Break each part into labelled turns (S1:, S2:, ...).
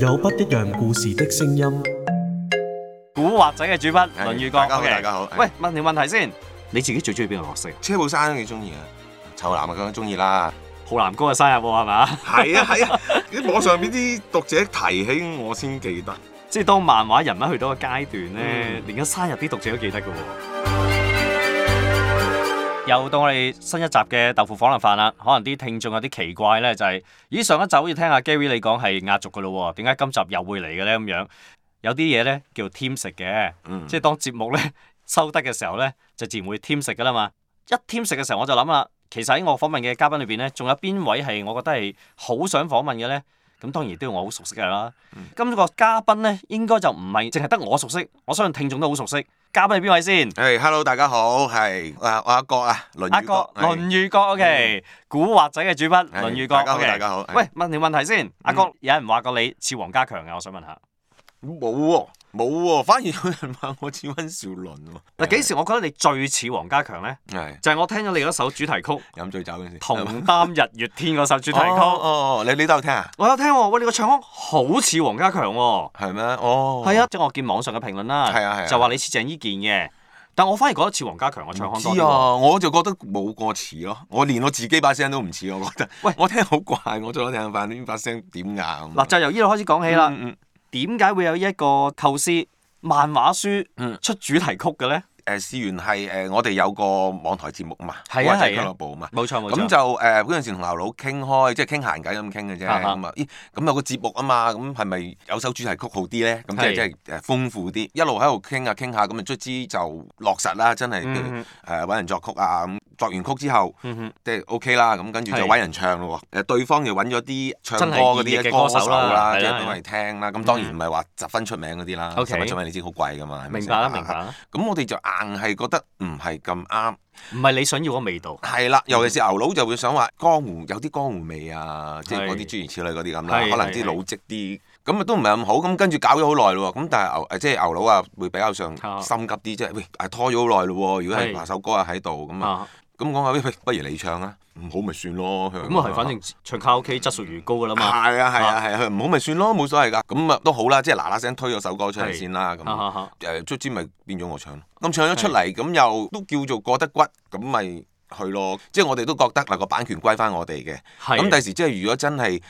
S1: 有不一樣故事的聲音，
S2: 古惑仔嘅主筆
S3: 係
S2: 林宇
S3: 大
S2: 光，
S3: 家好
S2: OK
S3: 大家好係
S2: 喂，問條問題先，你自己最中意邊個角色？
S3: 車步山都幾中意啊，臭男啊梗係中意啦。
S2: 浩南 哥嘅生日喎，係咪啊？
S3: 係啊 係啊，啲網上邊啲讀者提起我先記得。
S2: 即係當漫畫人物去到一個階段咧，
S3: 嗯
S2: 連緊生日啲讀者都記得嘅喎。又到我哋新一集嘅豆腐火腩飯啦，可能啲聽眾有啲奇怪咧，就係、咦上一集好似聽阿 Gary 你講係壓軸嘅咯喎，點解今集又會嚟嘅咧咁樣？有啲嘢咧叫添食嘅，
S3: 嗯，
S2: 即係當節目咧 收得嘅時候咧，就自然會添食噶啦嘛。一添食嘅時候我就諗啦，其實喺我訪問嘅嘉賓裏邊咧，仲有邊位係我覺得係好想訪問嘅咧？咁當然都要我好熟悉嘅啦。
S3: 嗯
S2: 今個嘉賓咧，應該就唔係淨係得我熟悉，我相信聽眾都好熟悉。嘉賓係邊位先？
S3: 誒，hello，大家好，係啊，我阿郭啊，輪
S2: 阿
S3: 宇
S2: 國
S3: 郭，，
S2: 論語國 OK，古惑仔嘅主筆
S3: 係
S2: 論語國
S3: 大家好
S2: OK。
S3: 大家好係嗯
S2: 喂，問條問題先。阿國，有人話過你似黃家強嘅，我想問下。
S3: 冇喎冇喎，反而有人話我似温兆倫喎。
S2: 嗱，幾時我覺得你最似黃家強咧？
S3: 係
S2: 就係我聽咗你嗰首主題曲《
S3: 飲醉酒嗰陣時。
S2: 同擔日月天》嗰首主題曲。
S3: 哦哦，你你都有聽啊？
S2: 我有聽喎，喂，你個唱腔好似黃家強喎。
S3: 係咩？哦，
S2: 係啊，即係我見網上嘅評論啦，
S3: 係啊係啊
S2: 就話你似鄭伊健嘅，但我反而覺得似黃家強嘅唱
S3: 唔
S2: 腔多啲
S3: 知
S2: 喎。
S3: 啊，我就覺得冇個似咯，我連我自己把聲都唔似，我覺得。
S2: 喂
S3: 我聽好怪，我再聽翻呢把聲點硬。啊
S2: 嗱，
S3: 嗱，
S2: 就由呢度開始講起啦。
S3: 嗯嗯
S2: 點解會有呢一個構思漫畫書
S3: 嗯
S2: 出主題曲嘅咧？
S3: 誒事源係誒，我哋有個網台節目嘛，
S2: 係啊
S3: 古惑仔
S2: 係
S3: 俱
S2: 啊
S3: 樂部嘛。
S2: 冇錯冇錯。
S3: 咁就誒嗰陣時同牛佬傾開，即係傾閒偈咁傾嘅啫。
S2: 啊哈
S3: 咁啊，咦，咁有個節目啊嘛，咁係咪有首主題曲好啲咧？咁即
S2: 係
S3: 係即係誒豐富啲，一路喺度傾下傾下，咁啊卒之就落實啦，真係譬如
S2: 嗯
S3: 誒揾人作曲啊，咁作完曲之後。
S2: 嗯哼
S3: 即係 OK 啦，咁跟住就
S2: 係
S3: 揾人唱咯喎。誒，對方又揾咗啲唱
S2: 真
S3: 歌
S2: 係
S3: 嗰
S2: 熱
S3: 啲
S2: 嘅歌
S3: 歌
S2: 手
S3: 手
S2: 啦
S3: 啦，
S2: 係
S3: 即
S2: 啦嗯
S3: 係俾我哋聽啦。咁當然唔係話十分出名嗰啲啦，
S2: OK
S3: 十分出名你知好貴噶嘛。係咪
S2: 明
S3: 先
S2: 白啦，明白。啦，
S3: 咁我哋就硬係覺得唔係咁啱。
S2: 唔係你想要嘅味道。
S3: 係啦，尤其是牛佬就會想話江湖有啲江湖味啊，即係
S2: 係
S3: 嗰啲諸如此類嗰啲咁啦
S2: 係，
S3: 可能
S2: 係
S3: 啲老積啲，咁啊都唔係咁好，咁跟住搞咗好耐咯喎，咁但係牛誒即係牛佬啊會比較上
S2: 啊
S3: 心急啲，即係喂啊拖咗好耐咯喎，如果係
S2: 係
S3: 話首歌啊喺度咁啊，
S2: 啊，
S3: 咁講下喂喂，不如你唱啊，唔好咪算咯，咁
S2: 咁啊係，反正唱卡拉 OK 質素越高噶啦嘛。
S3: 係啊係
S2: 啊
S3: 啊係啊，佢唔好咪算咯，冇所謂㗎，咁啊都好啦，即係嗱嗱聲推咗首歌出嚟
S2: 係
S3: 先啦，咁
S2: 啊啊啊
S3: 誒卒之咪變咗我唱咯，咁唱咗出嚟，咁又都叫做過得骨，咁咪去咯。即係我哋都覺得嗱個版權歸翻我哋嘅，
S2: 係
S3: 咁第時即係如果真係誒、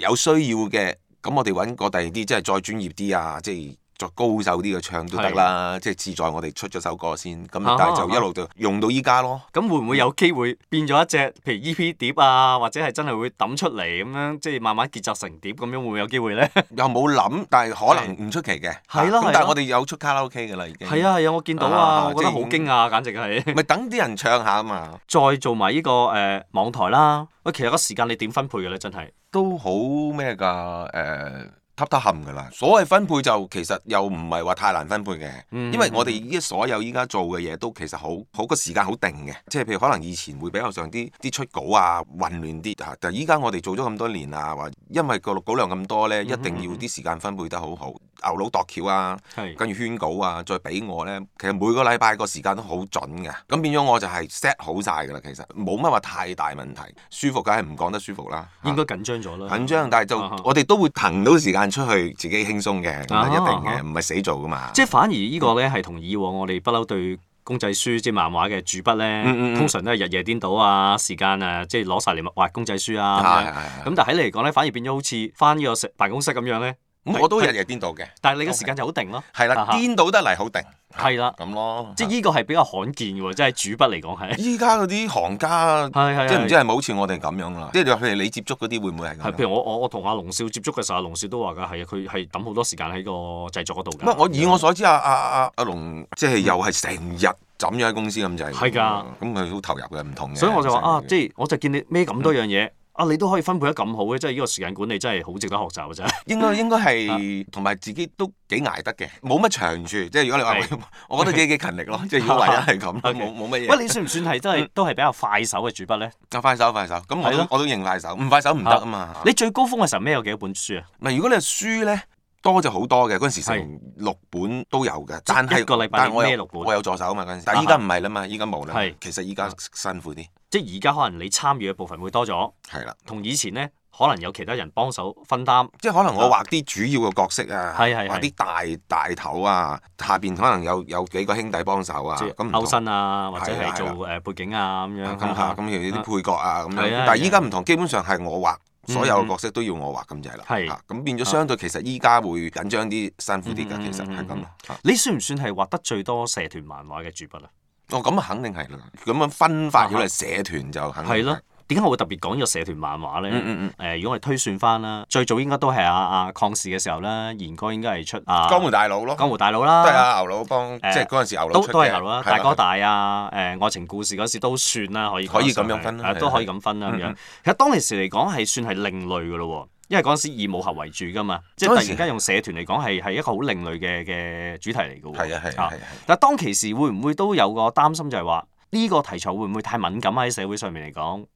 S3: 有需要嘅，咁我哋揾個第二啲即係再專業啲啊，即係。作高手啲嘅唱都得啦，即係志在我哋出咗首歌先，咁
S2: 啊
S3: 但係就一路就用到依家咯。
S2: 咁會唔會
S3: 嗯
S2: 有機會變咗一隻，譬如 EP 碟啊，或者係真係會抌出嚟咁樣，即係慢慢結集成碟咁樣，會唔會有機會咧？
S3: 又冇諗，但係可能唔出奇嘅。
S2: 係啦係
S3: 啊咁但
S2: 啦
S3: 係我哋有出卡拉 OK 嘅啦，已經。
S2: 係，啊係啊，我見到啊，
S3: 啊
S2: 我覺得好
S3: 即係已經
S2: 驚訝，簡直 係。
S3: 咪等啲人唱下啊嘛。
S2: 再做埋呢個誒網台啦，喂，其實個時間你點分配嘅咧？真係。
S3: 都好咩㗎？誒，揼揼冚㗎啦。所謂分配就其實又唔係話太難分配嘅，
S2: 嗯
S3: 因為我哋依家所有依家做嘅嘢都其實好好個時間好定嘅，即係譬如可能以前會比較上啲啲出稿啊混亂啲啊，但係依家我哋做咗咁多年啊，或因為個錄稿量咁多
S2: 嗯
S3: 呢，一定要啲時間分配得好好，牛佬度橋啊。
S2: 係。
S3: 跟住圈稿啊，再俾我呢。其實每個禮拜個時間都好準嘅，咁變咗我就係 set 好晒㗎啦。其實冇乜話太大問題，舒服梗係唔講得舒服啦。
S2: 應該緊張咗啦。
S3: 緊張，但係就
S2: 啊哈
S3: 我哋都會騰到時間出去自己輕鬆嘅，咁
S2: 啊
S3: 係一定
S2: 啊哈
S3: 嘅，唔係死做噶嘛。
S2: 即係反而呢個咧係同以往我哋不嬲對公仔書即係漫畫嘅主筆咧，
S3: 嗯嗯嗯
S2: 通常都係日夜顛倒啊，時間啊，即係攞晒嚟畫公仔書啊咁樣
S3: 係係係
S2: 咁但係喺你嚟講咧，反而變咗好似翻呢個食辦公室咁樣咧，
S3: 咁我都日日顛倒嘅，
S2: 但係你嘅時間就好定咯。
S3: 係
S2: 啊
S3: 啦，
S2: 哈
S3: 顛倒得嚟好定
S2: 係啦，
S3: 咁咯。
S2: 即係
S3: 係
S2: 呢個係比較罕見嘅喎，即係主筆嚟講係。
S3: 依家嗰啲行家，
S2: 係係
S3: 嗯即係唔知
S2: 係
S3: 係咪好似我哋咁樣啦？即係譬如你接觸嗰啲會唔會係
S2: 係
S3: 咁
S2: 譬
S3: 樣？
S2: 如我我我同阿龍少接觸嘅時候，阿龍少都話㗎係啊，佢係抌好多時間喺個製作嗰度㗎。
S3: 乜我以我所知啊啊啊阿龍，即係又係成日枕咗喺公司咁滯。
S2: 係㗎
S3: 咁佢好投入嘅，唔同嘅。嗯
S2: 所以我就話啊，即
S3: 係
S2: 係我就見你孭咁多樣嘢，啊你都可以分配得咁好嘅，即係呢個時間管理真係好值得學習嘅真 係。
S3: 應該應該
S2: 啊
S3: 係同埋自己都幾捱得嘅，冇乜長處。即係如果你
S2: 係
S3: 話，我覺得自己幾勤力 咯。即係如果唯一係咁，
S2: OK
S3: 冇冇乜嘢。
S2: 喂，你算唔算係真係都係比較快手嘅主筆咧？
S3: 嗯啊快手快手，咁我
S2: 係
S3: 都
S2: 咯
S3: 我都認快手，唔快手唔得啊嘛。
S2: 你最高峰嘅時候咩有幾多本書啊？
S3: 咪如果你係書咧多就好多嘅，嗰陣時成六本都有嘅，但係
S2: 一個禮拜
S3: 但係我
S2: 你孭
S3: 有
S2: 六本
S3: 我有助手啊嘛嗰陣時，但係依家唔係啦嘛，依家冇啦
S2: 係。啊
S3: 其實依家辛苦啲，
S2: 即係而家可能你參與嘅部分會多咗，
S3: 係啦，
S2: 同以前咧可能有其他人幫手分擔。
S3: 即係可能我畫啲主要嘅角色啊，
S2: 啊係係係
S3: 畫啲大大頭啊，下邊可能有有幾個兄弟幫手啊，
S2: 即係
S3: 咁唔
S2: 勾
S3: 同。
S2: 身啊，或者
S3: 係啦
S2: 係做
S3: 係
S2: 誒背景啊咁樣。
S3: 咁嚇，咁有啲配角啊
S2: 係啊，
S3: 咁樣但係
S2: 係啊
S3: 依家唔同，基本上係我畫。
S2: 嗯
S3: 所有嘅角色都要我畫咁滯啦，
S2: 係啊
S3: 嚇咁變咗相對其實依家會緊張啲、辛苦啲
S2: 嗯嗯
S3: 㗎，其實係咁
S2: 嗯
S3: 咯。嚇
S2: 你算唔算係畫得最多社團漫畫嘅主筆啊？
S3: 哦，咁啊肯定係啦，咁樣分法
S2: 啊
S3: 咗嚟社團就肯定
S2: 係咯。點解我會特別講呢個社團漫畫咧？
S3: 嗯嗯嗯
S2: 誒、如果我哋推算翻啦，最早應該都係阿阿抗事嘅時候啦，賢哥應該係出啊
S3: 江湖大佬咯，
S2: 江湖大佬啦，
S3: 都係阿牛佬幫，即
S2: 誒
S3: 係嗰陣時牛佬
S2: 都
S3: 出嘅
S2: 都係牛啦，
S3: 係啦
S2: 大哥大啊，誒、愛情故事嗰時都算啦，可以
S3: 可以
S2: 講上
S3: 咁樣
S2: 係
S3: 分啦
S2: 啊
S3: 係
S2: 都
S3: 係
S2: 可以咁分啦咁
S3: 嗯
S2: 樣
S3: 嗯。
S2: 其實當其時嚟講係算係另類嘅咯喎。因為嗰陣時以武俠為主噶嘛，即係突
S3: 嗰陣時
S2: 然間用社團嚟講係係一個好另類嘅嘅主題嚟嘅喎。
S3: 係啊係啊係啊，
S2: 但係當其時會唔會都有個擔心就係話呢個題材會唔會太敏感喺社會上面嚟講？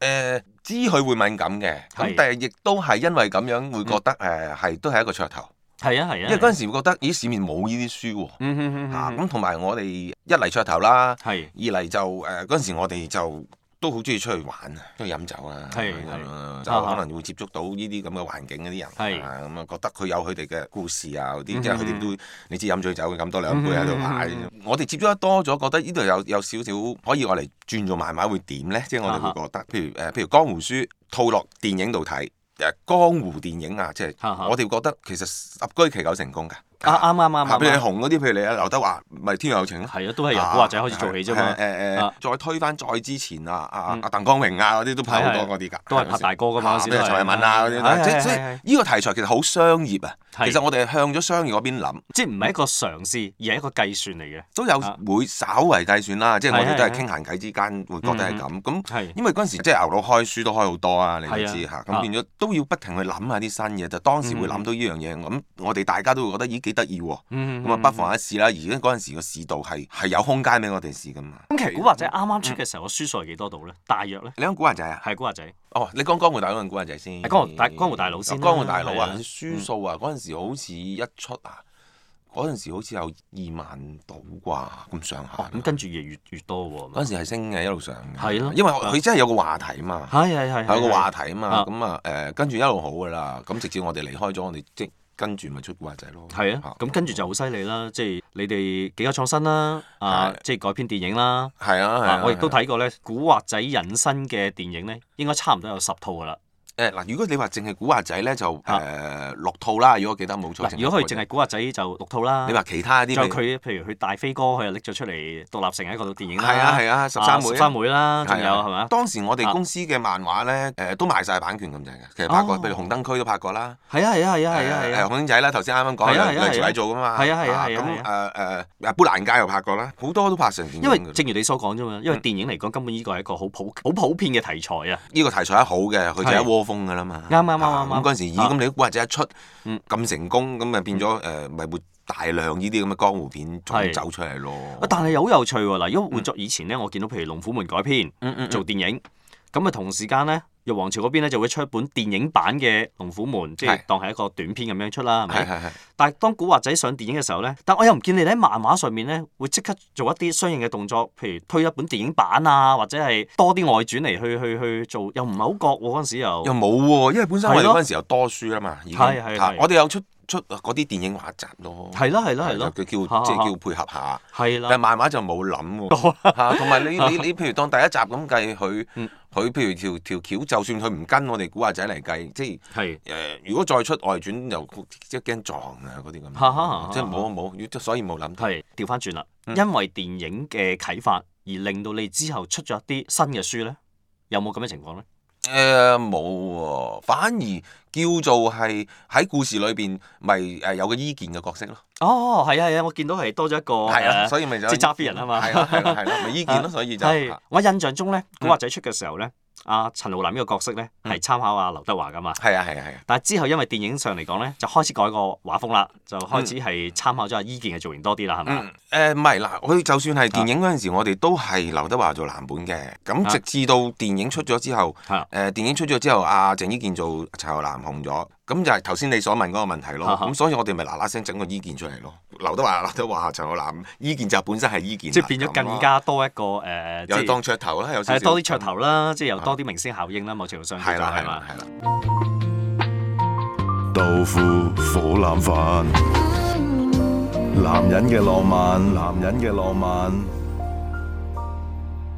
S3: 誒知佢會敏感嘅，
S2: 係嗯
S3: 咁但係亦都係因為咁樣會覺得誒係都係一個噱頭，
S2: 係啊係啊，因
S3: 因為嗰陣時會覺得咦市面冇呢啲書喎，
S2: 嗯哼哼
S3: 嚇
S2: 哼
S3: 咁同埋我哋一嚟噱頭啦，
S2: 係
S3: 二嚟就呃誒嗰陣時我哋就。都好中意出去玩啊，都去飲酒啊，
S2: 係
S3: 咁樣啊
S2: 係
S3: 就
S2: 啊哈
S3: 可能會接觸到呢啲咁嘅環境嗰啲
S2: 係
S3: 人啊，咁啊覺得佢有佢哋嘅故事啊嗰啲，
S2: 嗯
S3: 即係佢哋都你知飲醉酒咁多兩杯喺度嗌
S2: 嗯，
S3: 我哋接觸得多咗，覺得呢度有有少少可以我嚟轉做漫畫會點呢？即係我哋
S2: 啊哈
S3: 會覺得，譬如呃誒譬如江湖書套落電影度睇，誒江湖電影啊，即係
S2: 啊哈
S3: 我哋覺得其實十居其九成功㗎。
S2: 啊啱啱啱
S3: 下邊你
S2: 啱啱，
S3: 紅嗰啲，譬如你啊劉德華，咪《天若有情》咯。
S2: 係啊都係由古惑仔開始做起啫嘛
S3: 啊。係係
S2: 啊
S3: 誒誒，再推翻再之前啊，啊
S2: 嗯
S3: 啊鄧光榮啊嗰啲都拍好多嗰啲㗎，
S2: 都係拍大哥㗎嘛嗰
S3: 嚇
S2: 時
S3: 咩
S2: 都係
S3: 陳慧敏啊嗰
S2: 係係
S3: 啲，即係
S2: 係
S3: 所以
S2: 係
S3: 呢個題材其實好商業啊。
S2: 係
S3: 其實我哋係向咗商業嗰邊諗，
S2: 即係唔係一個嘗試，而係一個計算嚟嘅。
S3: 都有
S2: 啊
S3: 會稍為計算啦。即係我
S2: 係係
S3: 哋都係
S2: 係嗯
S3: 傾閒偈之間會覺得係咁。
S2: 係
S3: 咁因為嗰陣時即係牛佬開書都開好多啊，你都
S2: 係啊
S3: 知嚇。
S2: 啊
S3: 咁變咗都要不停去諗下啲新嘢，就當時會諗到呢樣嘢。咁我哋大家都會覺得咦幾得意喎。
S2: 嗯
S3: 咁啊，不妨一試啦。而家嗰陣時個市道係係有空間俾我哋試噶嘛。
S2: 嗯咁其實古惑仔啱啱出嘅時候，個書數係幾多度咧？大約咧
S3: 你講古惑仔啊？
S2: 係古惑仔
S3: 哦，你講江湖大佬定古惑仔先？
S2: 係啊江湖大江湖大佬先啦
S3: 江湖大佬
S2: 係
S3: 啊
S2: 啊，
S3: 書數啊，嗰陣時好似一出啊，嗰陣時好似有二萬到啩咁上
S2: 哦
S3: 下。
S2: 咁跟住越越越多
S3: 嗰
S2: 喎。
S3: 陣時係升嘅，一路上嘅。
S2: 係咯
S3: 因為佢真係有個話題嘛，
S2: 係係係
S3: 有個話
S2: 題
S3: 題
S2: 啊
S3: 嘛，咁啊誒，跟住一路好噶啦。咁直至我哋離開咗，我哋即係跟住咪出古惑仔咯。
S2: 係啊，咁跟住就好犀利啦，即係你哋幾個創新啦，啊
S3: 係
S2: 即係改編電影啦。
S3: 係啊，係
S2: 啊
S3: 啊，
S2: 我亦都
S3: 係啊
S2: 睇過咧，古惑仔引申嘅電影咧，應該差唔多有十套噶啦。
S3: 誒嗱，如果你話淨係古惑仔咧，就
S2: 啊
S3: 誒六套啦。如果我記得冇錯，
S2: 嗱，如果佢淨係古惑仔就六套啦。
S3: 你話其他啲
S2: 仲
S3: 咪，
S2: 有佢，譬如佢大飛哥，佢又拎咗出嚟獨立成一個電影啦。
S3: 係啊係啊，十三妹
S2: 十
S3: 啊
S2: 三妹啦，仲有
S3: 係啊
S2: 係咪啊？
S3: 當時我哋公司嘅漫畫咧，誒都賣晒版權咁滯嘅，其實拍過，
S2: 哦
S3: 譬如紅燈區都拍過啦，
S2: 係啊係啊係啊係啊係
S3: 誒
S2: 啊！
S3: 紅星仔啦，頭先啱啱講
S2: 係啊係啊
S3: 梁梁朝
S2: 係啊
S3: 偉做噶嘛，
S2: 係啊係啊係啊係
S3: 咁誒誒啊，砵蘭街又拍過啦，好多都拍成電影
S2: 因為
S3: 㗎啦
S2: 正如你所講啫嘛，因為電影嚟講根本呢個係一個好普好普遍嘅題材啊。
S3: 呢個題材一好嘅，佢就
S2: 係
S3: 一窩蜂噶啦嘛，
S2: 啱啱啱
S3: 啊
S2: 啱啱
S3: 咁嗰陣時，咦
S2: 啊
S3: 咁你都估或者一出
S2: 嗯
S3: 咁成功，咁咪變咗誒咪會大量呢啲咁嘅江湖片
S2: 係
S3: 仲走出嚟咯
S2: 啊，但係又好有趣喎嗱，因為換作以前咧，我見到譬如《龍虎門》改編
S3: 嗯
S2: 做電影，咁啊同時間咧，玉皇朝嗰邊咧就會出一本電影版嘅《龍虎門》，即係
S3: 係
S2: 當係一個短片咁樣出啦，係
S3: 係
S2: 咪？
S3: 係係。
S2: 但係當古惑仔上電影嘅時候咧，但我又唔見你哋喺漫畫上面咧會即刻做一啲相應嘅動作，譬如推一本電影版啊，或者係多啲外傳嚟去去去做，又唔係好覺喎嗰陣時又
S3: 又。冇喎，因為本身我哋
S2: 係咯
S3: 嗰陣時又多書啦嘛，已經
S2: 係係
S3: 嚇
S2: 係
S3: 我哋有出出嗰啲電影畫集咯，
S2: 係啦係啦係啦
S3: 就佢
S2: 嚇
S3: 叫即
S2: 嚇
S3: 係叫配合下，
S2: 係
S3: 但係
S2: 啦，
S3: 漫畫就 冇諗喎， 嚇同埋你你你譬如當第一集咁計佢
S2: 嗯
S3: 佢譬如條條橋，就算佢唔跟我哋古惑仔嚟計，即係。
S2: 係
S3: 誒、如果再出外傳又即係驚撞啊嗰啲
S2: 嚇嚇嚇
S3: 咁，即係冇冇，所以冇諗。
S2: 係調翻轉啦，因為電影嘅啟發而令到你之後出咗一啲新嘅書咧，有冇咁嘅情況咧？
S3: 誒呃冇喎，反而叫做係喺故事裏邊咪誒有個伊健嘅角色咯。
S2: 哦，係啊係啊，我見到哦係多咗一個
S3: 係啊，
S2: 誒
S3: 所以咪就
S2: 即係揸飛人啊嘛
S3: 係啦係啦係啦，咪意 見咯，所以就
S2: 係嗯
S3: 係
S2: 我印象中咧，古惑仔出嘅時候咧，阿陳浩南呢個角色咧係參考阿劉德華噶嘛。
S3: 啊係啊係啊，
S2: 但係之後因為電影上嚟講咧，就開始改個畫風啦，就開始係參考咗阿伊 E 健嘅造型多啲啦，係咪啊？
S3: 嗯誒唔係嗱，佢就算係電影嗰陣時，我哋都係劉德華做藍本嘅，
S2: 啊
S3: 咁直至到電影出咗之後，
S2: 係啊
S3: 誒電影出咗之後，阿鄭伊健做陳浩南紅咗，咁就係頭先你所問嗰個問題咯。
S2: 啊哈
S3: 咁所以我哋咪嗱嗱聲整個伊健出嚟咯。劉德華、劉 德華、陳浩南，伊健就本身係伊健，
S2: 即係變咗更加多一個誒、呃即
S3: 有
S2: 係
S3: 當噱頭啦，有少
S2: 係啊
S3: 少
S2: 多啲噱頭啦，即係有多啲明星效啊應啦，某程度上
S3: 係啦，
S2: 叫
S3: 係
S2: 做
S3: 啦，係啦。
S4: 豆腐火腩飯，男人嘅浪漫，男人嘅浪漫，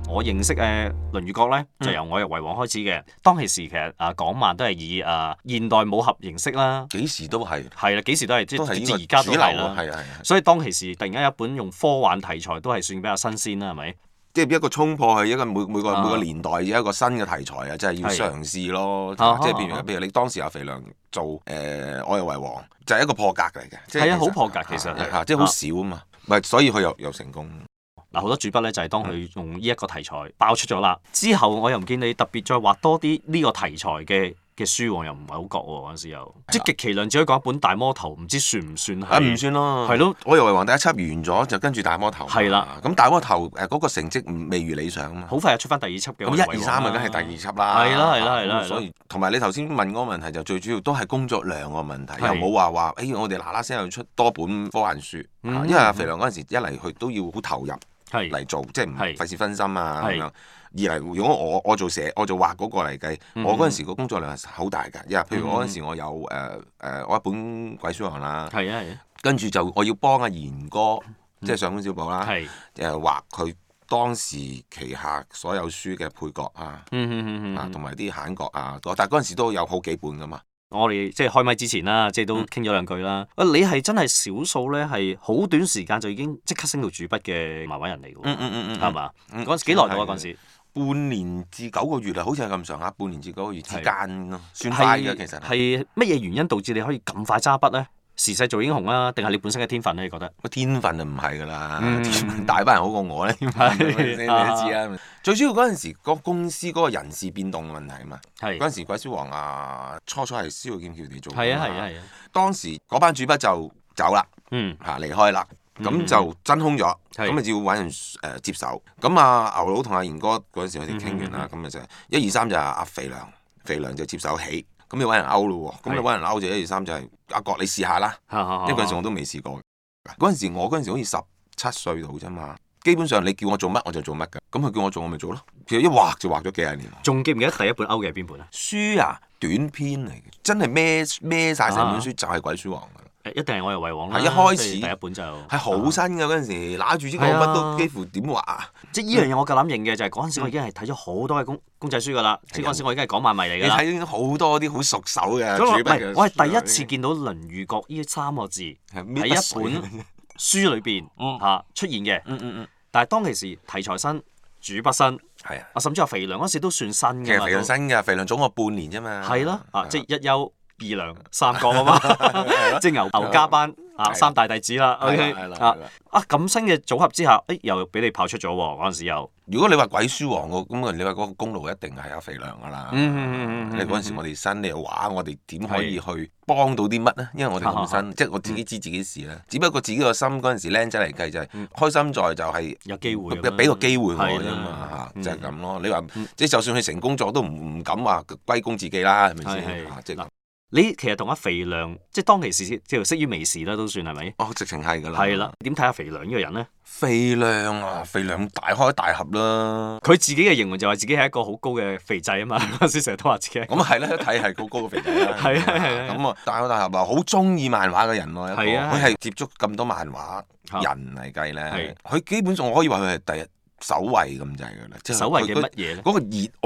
S2: 我認識誒《論語國》咧，
S3: 嗯
S2: 就由我入為王開始嘅。當其時其實啊，港漫都係以啊現代武俠形式啦，
S3: 幾時都係，
S2: 係啦，幾時都係即
S3: 都係
S2: 係
S3: 呢
S2: 至
S3: 個
S2: 而家
S3: 主
S2: 都
S3: 流
S2: 係
S3: 啊，
S2: 啦。
S3: 係啊，係啊。
S2: 所以當其時突然間有一本用科幻題材都係算比較新鮮啦，係咪？
S3: 即係一個衝破去一個每每個
S2: 啊
S3: 每個年代有一個新嘅題材啊，即係要
S2: 係
S3: 嘗試咯。即
S2: 啊
S3: 係譬如
S2: 啊啊
S3: 譬如你當時阿肥良做誒《我有為王》，就係一個破格嚟嘅，即
S2: 係啊
S3: 其實
S2: 好破格其實係
S3: 嚇即係好少啊嘛。唔係，所以佢又又成功。
S2: 嗱，好多主筆咧就係當
S3: 嗯
S2: 佢用呢一個題材爆出咗啦，之後我又唔見你特別再畫多啲呢個題材嘅嘅書喎，又唔係好覺喎嗰陣時又，即係極其量只可以講一本大魔頭，唔知算唔算
S3: 啊，唔
S2: 係？
S3: 算咯，
S2: 係咯
S3: 我以為皇帝一輯完咗就跟住大魔頭，
S2: 係啦，
S3: 咁大魔頭誒嗰個成績唔未如理想啊嘛，
S2: 好快就出翻第二輯嘅。
S3: 咁一二三啊，梗係第二輯啦，啊
S2: 係啦係啦係啦
S3: 咁所以同埋你頭先問嗰個問題就最主要都係工作量個問題，又
S2: 係
S3: 冇話話誒我哋嗱嗱聲又出多本科幻書，
S2: 嗯
S3: 啊因為阿肥良嗰陣時一嚟佢都要好投入
S2: 係
S3: 嚟做，即係唔
S2: 係
S3: 費事分心啊
S2: 係
S3: 咁樣。二嚟，如果我我做寫我做畫嗰個嚟計，
S2: 嗯
S3: 我嗰陣時個工作量係好大㗎，因為譬如我嗰陣時我有誒誒、我一本鬼書行啦，
S2: 嗯係啊係啊
S3: 跟住就我要幫阿賢哥，即係上官小寶啦，誒、
S2: 係，
S3: 畫佢當時旗下所有書嘅配角啊，
S2: 嗯嗯嗯
S3: 啊
S2: 嗯
S3: 同。埋啲閒角啊，但係嗰陣時都有好幾本噶嘛，
S2: 我哋即係開咪之前啦，即係
S3: 嗯
S2: 都傾咗兩句啦。啊，你係真係少數咧，係好短時間就已經即刻升到主筆嘅漫畫人嚟㗎喎。
S3: 嗯嗯嗯嗯嗯
S2: 係嘛？
S3: 嗯
S2: 嗰陣時幾耐到啊？嗰陣時
S3: 半年至九個月啊，好似係咁上下，半年至九個月之間咯，算快嘅
S2: 嗯係
S3: 其實係。
S2: 係乜嘢原因導致你可以咁快揸筆咧？時勢做英雄啦，定係你本身嘅天分咧？你覺得？
S3: 個啊天分就唔係㗎啦，
S2: 嗯
S3: 天分大班人好過 我咧，天分
S2: 係啊
S3: 係咪先你都知啦。最主要嗰陣時個公司嗰個人事變動嘅問題啊嘛，
S2: 係
S3: 嗰陣時鬼書王啊，初初係蕭耀劍佢哋做㗎嘛，
S2: 係啊係啊係啊，
S3: 當時嗰班主筆就走啦，
S2: 嗯
S3: 嚇啊離開啦，咁
S2: 嗯
S3: 就真空咗，
S2: 係
S3: 咁咪啊要揾人誒接手。咁啊牛佬同阿賢哥嗰陣時我哋傾
S2: 嗯
S3: 完啦，咁咪就一二三就係阿肥良，肥良就接手起，咁要揾人勾咯喎，咁
S2: 係
S3: 你揾人勾就一二三就係阿國你試下啦，
S2: 哦
S3: 因為嗰陣時我都未試過。嗰陣時我嗰陣時好似十七歲到啫嘛，基本上你叫我做乜我就做乜㗎，咁佢叫我做我咪做咯，其實一畫就畫咗幾廿年。
S2: 仲記唔記得第一本歐嘅係邊本啊？
S3: 書啊短篇嚟嘅，真係孭孭晒
S2: 啊
S3: 成本書就係鬼書王㗎啦。
S2: 誒一定係我係為王啦。
S3: 係一開始
S2: 即係第一本就啊
S3: 係
S2: 係
S3: 好新嘅嗰陣時，揦住支鋼
S2: 係
S3: 筆
S2: 啊
S3: 都幾乎點畫啊！
S2: 即係呢樣嘢我夠膽認嘅，就係嗰
S3: 嗯
S2: 陣時我已經係睇咗好多嘅公公仔書㗎啦。即係嗰陣時我已經係港漫迷嚟
S3: 啊你
S2: 㗎啦。
S3: 睇到好多啲好熟手嘅
S2: 咁我
S3: 主
S2: 唔
S3: 筆
S2: 係，
S3: 嘅
S2: 我係第一
S3: 書啊
S2: 次見到《論語國》呢三個字
S3: 係
S2: 喺
S3: 搣
S2: 一
S3: 啊筆水
S2: 本書裏邊嚇出現嘅。
S3: 嗯嗯嗯，
S2: 但係當其時題材新、主筆新，
S3: 係啊，
S2: 啊甚至話肥良嗰時都算新
S3: 其
S2: 嘅
S3: 實
S2: 嘛。
S3: 肥良新啊嘅，肥良早我半年啫嘛。
S2: 啊係咯，啊即係一休、二良、三國 啊嘛， 即係牛牛家班啊
S3: 係
S2: 三大弟子啦。
S3: 係
S2: OK
S3: 啦係啦
S2: 啊
S3: 係啦
S2: 啊咁新嘅組合之下，誒又俾你跑出咗喎嗰陣時又。
S3: 如果你話鬼書王個咁啊，你話嗰個功勞一定係阿肥良噶啦。
S2: 嗯嗯嗯嗯嗯
S3: 你嗰陣時我哋新，你又話我哋點可以去幫到啲乜呢？因為我哋咁
S2: 哈
S3: 新，即係我自己知自己事啦。只不過自己個心嗰陣時僆仔嚟計就係
S2: 嗯
S3: 開心在就係
S2: 有機會咁
S3: 俾
S2: 樣
S3: 俾個機會我
S2: 係
S3: 啫
S2: 啦嗯
S3: 嘛嚇，就係咁咯。你話即係就算佢成功咗都唔唔敢話歸功自己啦，係咪
S2: 係係
S3: 先？嚇即係咁
S2: 你其實同阿肥良即係當其時即係識於微時啦，都算係咪？
S3: 哦，直情係㗎啦。
S2: 係啦，點睇阿肥良呢個人咧？
S3: 肥量啊，肥量大開大合啦。
S2: 佢自己嘅形容就話自己係一個好高嘅肥仔啊嘛， 嗰陣時成日都話自己係
S3: 咁啊係啦，一睇係高高嘅肥仔 啦。
S2: 係啊係啊
S3: 咁啊，大開大合啊，好中意漫畫嘅人喎。一個
S2: 係啊係啊
S3: 佢係接觸咁多漫畫人嚟
S2: 係
S3: 計咧，佢基本上我可以話佢係第一首位咁滯㗎啦。即係佢
S2: 所謂嘅
S3: 佢
S2: 乜嘢咧？
S3: 嗰個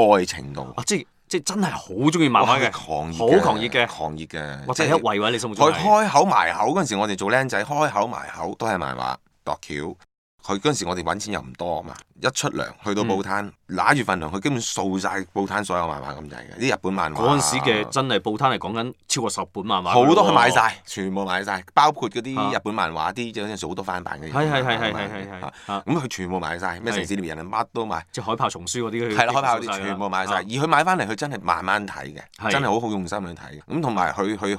S3: 熱愛程度，
S2: 啊，即係即係真係好中意漫畫
S3: 哇佢
S2: 嘅，
S3: 狂熱
S2: 好狂熱嘅
S3: 狂熱嘅。
S2: 哇！
S3: 即
S2: 第
S3: 係
S2: 一位喎，你心目中
S3: 佢
S2: 係
S3: 開口埋口嗰陣時，我哋做僆仔開口埋口都係漫畫度橋。佢嗰陣時我哋揾錢又唔多啊嘛，一出糧去到報攤
S2: 嗯
S3: 揦住份糧，佢基本掃晒報攤所有漫畫咁滯嘅，啲日本漫畫
S2: 嗰陣時嘅真係報攤係講緊超過十本漫畫，
S3: 好多佢買，晒，全部買晒，包括嗰
S2: 啊
S3: 啲日本漫畫啲有陣時好多翻版嘅嘢，
S2: 係係係係係係係
S3: 啊
S2: 啊，
S3: 咁佢全部買晒，咩
S2: 係
S3: 城市獵人啊乜都買。
S2: 即係海豹叢書嗰啲，佢
S3: 係啦，開炮
S2: 掃
S3: 啲
S2: 晒啦
S3: 全部買晒，
S2: 啊
S3: 而佢買翻嚟，佢真係慢慢睇
S2: 係
S3: 嘅，真係好好用心去睇嘅。咁同埋佢佢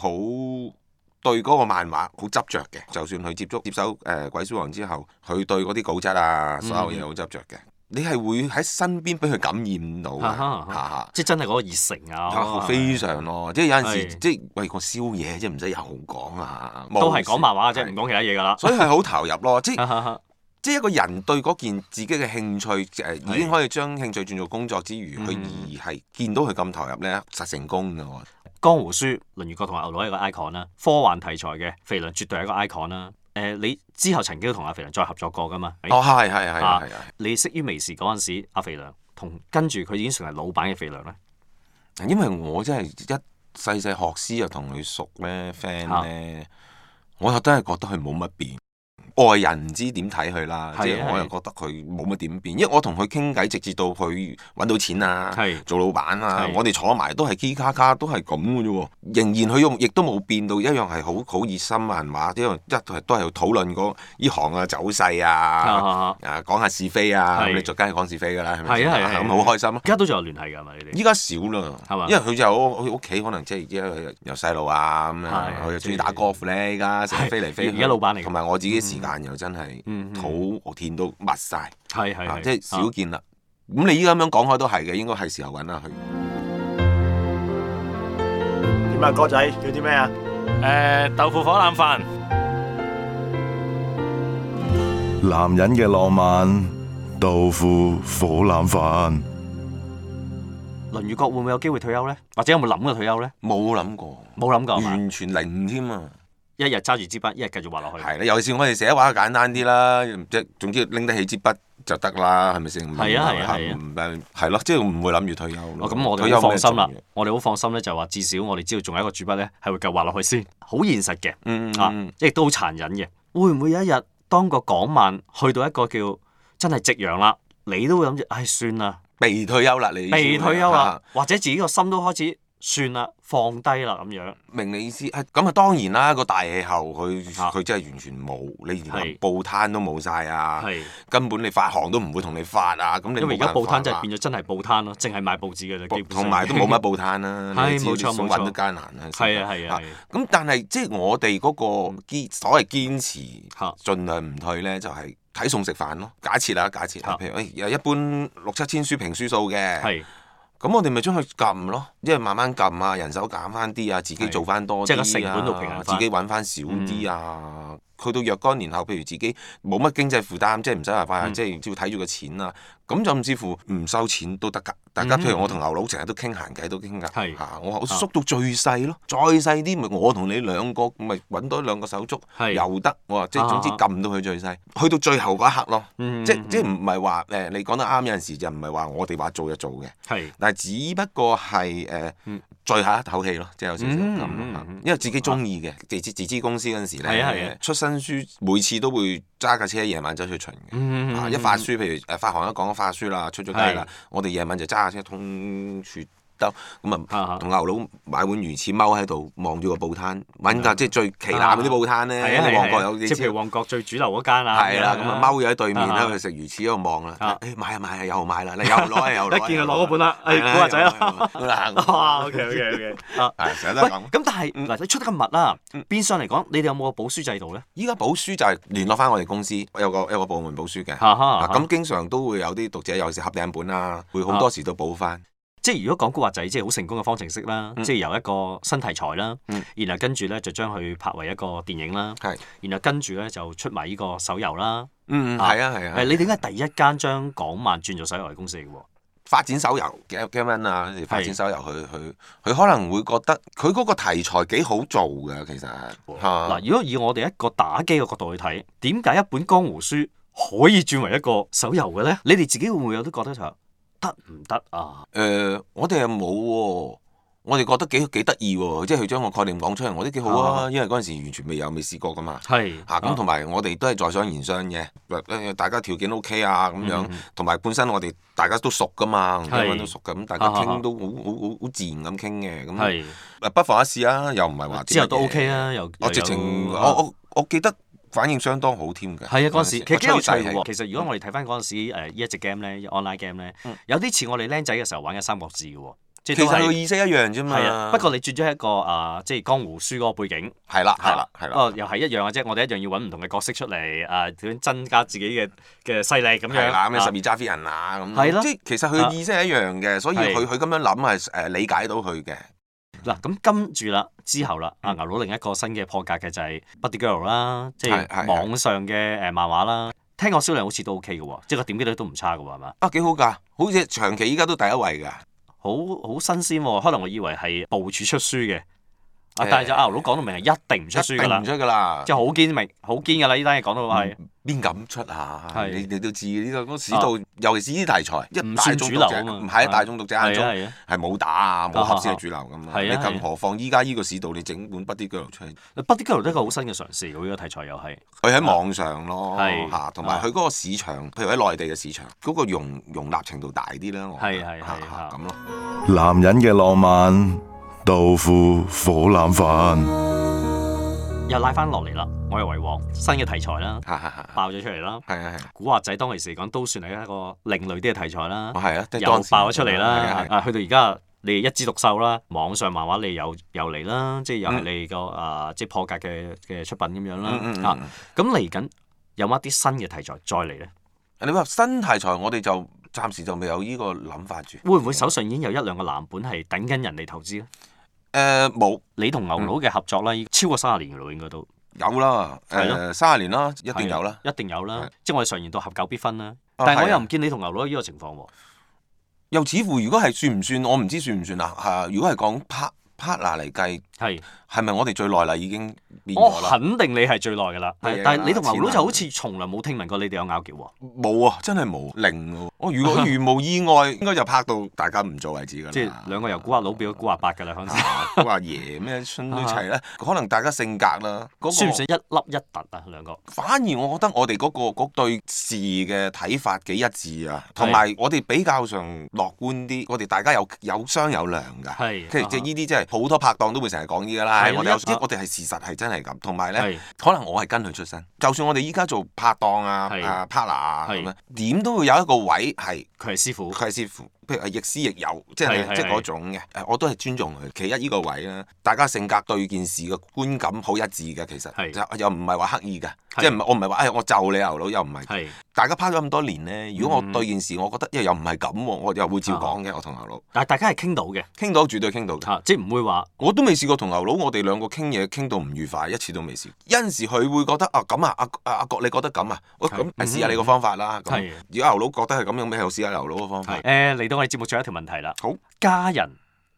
S3: 好對嗰個漫畫好執着
S2: 嗯
S3: 嘅，就算佢接觸接手誒、呃鬼書王之後，佢對嗰啲稿質啊所有嘢好執着嘅。你係會喺身邊俾佢感染到
S2: 啊哈啊哈
S3: 嘅，嚇嚇。
S2: 即係真係嗰個熱誠
S3: 啊
S2: 啊，
S3: 非常咯，即係有陣時
S2: 係，
S3: 即係喂個宵夜啫，唔使有講啊，
S2: 都係講漫畫啫，
S3: 係
S2: 唔講其他嘢㗎啦。
S3: 所以係好投入咯，即係
S2: 哈哈哈
S3: 即係一個人對嗰件自己嘅興趣誒、已經
S2: 係
S3: 可以將興趣轉做工作之餘，佢、
S2: 嗯哎
S3: 而係見到佢咁投入咧，實成功嘅喎。
S2: 江湖書《論語角》同埋牛佬係一個 icon 啦，科幻題材嘅肥良絕對係一個 icon 啦。誒、你之後曾經都同阿肥良再合作過㗎嘛？
S3: 哦，係係係
S2: 啊
S3: 係係。
S2: 你識於微時嗰陣時，阿肥良同跟住佢已經成為老闆嘅肥良咧，
S3: 因為我真係一細細學師又同佢熟咧，friend 咧，
S2: 啊
S3: 我又真係覺得佢冇乜變。外人唔知點睇佢啦，
S2: 係啊
S3: 即係我
S2: 係
S3: 又覺得佢冇乜點變，因為我同佢傾偈，直至到佢揾到錢啊
S2: 係，
S3: 做老闆啊
S2: 係，
S3: 我哋坐埋都係基卡卡，都係咁嘅啫喎。仍然佢用亦都冇變到，一樣係好好熱心啊，人話一樣一係都係討論嗰呢行嘅走勢啊，
S2: 啊
S3: 啊講下是非啊，
S2: 係
S3: 咁你就梗係講是非㗎啦，係咪
S2: 係
S3: 先？
S2: 啊係啊係啊
S3: 咁好開心咯
S2: 而。家都仲有聯繫㗎係嘛？你哋
S3: 依家少啦，
S2: 係嘛
S3: 因為佢就佢屋企可能即係因為有細路啊咁樣，
S2: 係
S3: 佢又中意打 golf 咧，依家成日
S2: 係
S3: 飛嚟飛去。
S2: 而家老闆嚟㗎
S3: 同埋我自己時間又真係
S2: 嗯嗯
S3: 肚填到密晒，
S2: 係係
S3: 啊
S2: 係
S3: 即係少見啦。咁你依家咁樣講開都係嘅，應該係時候揾下佢。
S5: 點啊，哥仔，叫啲咩啊？
S6: 誒豆腐火腩飯，
S4: 男人嘅浪漫，豆腐火腩飯。
S2: 論語角會唔會有機會退休咧？或者有冇諗過退休咧？
S3: 冇諗過，
S2: 冇諗過係嘛？
S3: 完全零添啊！
S2: 一日揸住支筆，一日繼續畫落去。
S3: 係啦，尤其是我哋寫畫簡單啲啦，即係總之拎得起支筆就得啦，係咪先？
S2: 係啊係啊係啊
S3: 唔係係咯，即係唔會諗住退休咯。
S2: 哦，咁我
S3: 退
S2: 哋
S3: 休
S2: 好
S3: 有咩
S2: 放心啦
S3: 重要。
S2: 我哋好放心咧，就話至少我哋知道仲有一個主筆咧，係會繼續畫落去先，好現實嘅，
S3: 嗯，嗯嗯
S2: 啊，亦都好殘忍嘅。會唔會有一日當個港漫去到一個叫真係夕陽啦，你都會諗住，唉，算啦，
S3: 被退休啦，你
S2: 被退休
S3: 啊
S2: 啦，或者自己個心都開始算啦，放低啦咁樣。
S3: 明你意思，啊咁啊當然啦，個大氣候佢
S2: 啊
S3: 佢真係完全冇，你連
S2: 係
S3: 報攤都冇晒啊，
S2: 係，
S3: 根本你發行都唔會同你發啊，咁你
S2: 因為而家
S3: 冇
S2: 報
S3: 辦
S2: 攤
S3: 法
S2: 就
S3: 啦
S2: 係變咗真係報攤咯，淨係賣報紙嘅啫，基本上
S3: 同埋都冇乜。報攤啦，
S2: 係
S3: 你知
S2: 冇
S3: 你
S2: 錯
S3: 想
S2: 冇
S3: 揾
S2: 錯
S3: 都艱難啦。
S2: 係啊係啊係啊
S3: 咁但係即係我哋嗰個堅所謂堅持
S2: 嚇，
S3: 盡量唔退咧，就係睇餸食飯咯。假設啦，假設啊
S2: 嚇
S3: 譬如哎誒一般六七千書評書數嘅，
S2: 係，
S3: 咁我哋咪將佢撳咯，因為慢慢撳啊，人手減翻啲啊，自己
S2: 係
S3: 做翻多
S2: 即
S3: 啲
S2: 係
S3: 啊，
S2: 個成本度平衡
S3: 自
S2: 返嗯
S3: 己揾翻少啲啊。去到若干年後，譬如自己冇乜經濟負擔，即係唔使話快，
S2: 嗯
S3: 即係照睇住個錢啊。咁甚至乎唔收錢都得㗎。大家
S2: 嗯
S3: 譬如我同牛佬成日都傾閒偈，都傾㗎。
S2: 係啊
S3: 嚇，我話我縮到最細咯，再細啲咪我同你兩個咪揾多兩個手足
S2: 係
S3: 又得。我話即係
S2: 啊
S3: 總之撳到佢最細，去到最後嗰一刻咯。
S2: 嗯
S3: 即即唔係話誒，你講得啱，有陣時就唔係話我哋話做就做嘅。
S2: 係
S3: 但係只不過係誒
S2: 嗯
S3: 最後一口氣咯，即係有少少咁咯
S2: 嗯
S3: 嚇
S2: 嗯
S3: 因為自己中意嘅，自資自資公司嗰陣時
S2: 係啊係啊
S3: 咧，出新書每次都會揸架車夜晚走去巡嘅。
S2: 嗯
S3: 啊！一發書，譬如誒發行一講發書啦，出咗街啦，我哋夜晚就揸架車通處兜，咁
S2: 啊
S3: 啊
S2: 啊
S3: 同牛佬買碗魚翅踎喺度，望住個報攤，揾架即係最旗艦嗰啲報攤
S2: 嗯係啊
S3: 咧，
S2: 係啊
S3: 旺角
S2: 係啊
S3: 有啲
S2: 即係譬如旺角最主流嗰間啊，
S3: 係啦，咁啊踎咗喺對面
S2: 啊
S3: 啦，佢食魚翅喺度望啦
S2: 啊，
S3: 誒買啊買啊，又買啦，你又攞啊又攞 啊，
S2: 一見佢
S3: 又
S2: 攞嗰本啦
S3: 係
S2: 哎古惑仔啦
S3: 又攞啊又攞 啊
S2: 哇
S5: ，OK OK OK，
S2: 喂，
S3: 係成日都係咁。
S2: 咁但係
S3: 嗯
S2: 嗱，你出得咁密啦，變相嚟講，你哋有冇個補書制度咧？
S3: 依家補書就係聯絡翻我哋公司，有個有個部門補書嘅。
S2: 哈哈
S3: 啊咁經常都會有啲讀者，尤其是合訂本啦，會好多時都補翻。
S2: 即係如果講古惑仔，即係好成功嘅方程式啦，
S3: 嗯
S2: 即係由一個新題材啦，
S3: 嗯
S2: 然後跟住咧就將佢拍為一個電影啦，
S3: 係，
S2: 然後跟住咧就出埋呢個手遊啦。
S3: 嗯，嗯
S2: 啊
S3: 係啊，
S2: 誒，
S3: 係啊。
S2: 你點解第一間將港漫轉做手遊嘅公司嚟嘅喎？
S3: 發展手遊嘅 game 啊，你發展手遊，佢佢佢可能會覺得佢嗰個題材幾好做㗎，其實
S2: 嗱、
S3: 嗱
S2: 如果以我哋一個打機嘅角度去睇，點解一本江湖書可以轉為一個手遊嘅咧？你哋自己會唔會有啲覺得就得唔得啊？
S3: 誒，我哋又冇喎。我哋覺得幾幾得意喎，即係佢將個概念講出嚟，我覺得幾好啊！
S2: 啊
S3: 因為嗰陣時完全未有未試過㗎嘛。
S2: 係
S3: 嚇啊咁同埋我哋都係在商言商嘅，誒大家條件 O K 啊咁樣
S2: 嗯嗯，
S3: 同埋本身我哋大家都熟噶嘛，同
S2: 係
S3: 英文都熟嘅，咁大家
S2: 啊啊啊
S3: 傾都好好好好自然咁傾嘅，咁
S2: 係
S3: 誒不妨一試啊，又唔係話啲
S2: 之後都
S3: 乜嘢
S2: OK，啦，又
S3: 我
S2: 又
S3: 哦直情哦
S2: 有啊
S3: 我我我記得反應相當好添嘅，
S2: 係啊，嗰陣
S3: 哦
S2: 時其實幾有趣
S3: 我
S2: 嘅
S3: 吹細
S2: 喎。
S3: 氣
S2: 其實如果我哋睇翻嗰陣時誒呢一隻 game 咧，online game 咧，有啲似我哋僆仔嘅時候玩嘅《三國志》嘅喎，即係
S3: 嗯其
S2: 都
S3: 實個
S2: 係
S3: 意思一樣啫嘛。
S2: 係啊。不過啊你轉咗一個啊，即係江湖書嗰個背景。
S3: 係啦，係啦，係
S2: 不過
S3: 啦。
S2: 又係一樣嘅啫，我哋一樣要揾唔同嘅角色出嚟，啊點增加自己嘅嘅勢力咁
S3: 係
S2: 樣。
S3: 啦，咩
S2: 啊
S3: 十二揸飛人啊咁，
S2: 係啦啊
S3: 即係其實佢嘅意思係一樣嘅，所以
S2: 係
S3: 佢佢咁樣諗係誒理解到佢嘅，
S2: 嗱，咁跟住啦，之後啦，
S3: 嗯
S2: 啊牛佬另一個新嘅破格嘅就係 Buddy Girl 啦，即
S3: 係係
S2: 係
S3: 係
S2: 網上嘅誒漫畫啦。聽講銷量好似都 OK 嘅喎，即係個點擊率都唔差嘅喎，係嘛？
S3: 啊幾好㗎，好似長期依家都第一位㗎。
S2: 好好新鮮喎，可能我以為係部署出書嘅，啊
S3: 誒
S2: 但係就牛佬講到明係一定唔出書㗎
S3: 一定
S2: 啦
S3: 唔，出㗎啦
S2: 即係。好堅明，好堅㗎啦！呢單嘢講到係
S3: 邊敢出啊？
S2: 係啊
S3: 你你都知呢個嗰個市道，尤其是呢啲題材，一
S2: 唔
S3: 嗯大
S2: 算
S3: 眾
S2: 主
S3: 讀
S2: 流
S3: 者
S2: 啊嘛，
S3: 唔係大眾讀者眼中
S2: 係啊係啊
S3: 係冇打啊冇合先係主流噶嘛。
S2: 係啊
S3: 你
S2: 係啊
S3: 更何況依家呢個市道，你整本筆啲腳出嚟，
S2: ，Buddy Girl 都係一個好新嘅嘗試，佢呢個題材又係
S3: 佢喺網上咯
S2: 係啊
S3: 嚇，同埋佢嗰個市場，譬如喺內地嘅市場，嗰個容容納程度大啲啦。我覺
S2: 係
S3: 得
S2: 係係
S3: 嚇嚇
S2: 係
S3: 咁咯。
S4: 男人嘅浪漫，豆腐火腩飯。
S2: 又拉翻落嚟啦，我又為王新嘅題材啦，
S3: 嚇嚇嚇
S2: 爆咗出嚟啦。
S3: 係啊係啊，
S2: 古惑仔當其時嚟講都算係一個另類啲嘅題材啦
S3: 我，係啊，即係
S2: 又
S3: 當時
S2: 爆咗出嚟
S3: 係啊
S2: 啦，
S3: 係啊
S2: 啊去到而家你哋一枝獨秀啦，網上漫畫你又又嚟啦，即係又係你個啊即係破格嘅嘅出品咁樣啦
S3: 嗯嗯嗯
S2: 啊，咁嚟緊有冇一啲新嘅題材再嚟咧？
S3: 你話新題材，我哋就暫時就未有呢個諗法住。
S2: 會唔會手上已經有一兩個藍本係等緊人嚟投資咧？
S3: 誒冇。
S2: 你同牛佬
S3: 嗯
S2: 嘅合作啦，已經超過三十年嘅咯，應該都
S3: 有啦，
S2: 係咯
S3: 誒三十年啦，一定有啦。
S2: 係一定有啦。即係我哋常言道合久必分啦，
S3: 啊
S2: 但係我
S3: 係啊
S2: 又唔見你同牛佬有呢個情況喎。
S3: 又似乎如果係算唔算，我唔知算唔算啦。嚇、如果係講 part partner 嚟計，
S2: 係，
S3: 係咪我哋最耐啦已經變
S2: 我
S3: 咗啦？
S2: 肯定你哦係最耐㗎啦。
S3: 係
S2: 係
S3: 啊
S2: 但係你同牛佬
S3: 前
S2: 就
S3: 兩
S2: 好似從來冇聽聞過你哋有拗撬喎。
S3: 冇啊，真係冇零喎。我如 果如無意外，應該就拍到大家唔做為止㗎啦。
S2: 即係兩個由古惑佬變咗古惑伯㗎啦，嗰陣時
S3: 啊都話爺咩春都齊咧，可能大家性格啦，嗰、個
S2: 啊算唔算一粒一突啊？兩個
S3: 反而我覺得我哋嗰、個嗰對事嘅睇法幾一致啊，同埋我哋比較上樂觀啲，我哋大家有有商有量㗎。
S2: 係
S3: 其實即係
S2: 啊
S3: 呢啲即係好多拍檔都會成日講呢啲㗎啦
S2: 係啊，
S3: 我哋有
S2: 一
S3: 即係我哋係事實係真係咁，同埋咧
S2: 係
S3: 可能我係跟佢出身，就算我哋依家做拍檔啊、
S2: 係
S3: 啊 partner 啊
S2: 係
S3: 咁樣，點都會有一個位係
S2: 佢係師傅，
S3: 佢係師傅，譬如係亦師亦友，即
S2: 係係
S3: 係即係
S2: 係
S3: 嗰種嘅，誒我都係尊重佢。其一呢個位啦，大家性格對件事嘅觀感好一致嘅，其
S2: 係
S3: 實就又唔係話刻意嘅，
S2: 係
S3: 即係唔係我唔係話哎誒我就你牛佬又唔係，
S2: 係
S3: 大家拍咗咁多年咧，如果
S2: 嗯啊
S3: 我對件事我覺得哎又又唔係咁喎，我又會照講嘅，我同牛佬
S2: 但係大家係傾到嘅
S3: 傾到絕對傾到嘅。
S2: 嚇，即係唔會話
S3: 我都未試過同牛佬，我哋兩個傾嘢傾到唔愉快，一次都未試過。有陣時佢會覺得啊咁啊，阿阿阿國你覺得咁啊，喂咁
S2: 係嗯
S3: 試下你個方法啦。咁
S2: 係
S3: 如果牛佬覺得係咁樣，咪又試下牛佬個方法
S2: 誒。嚟到我哋節目最後一條問題啦。
S3: 好，
S2: 家人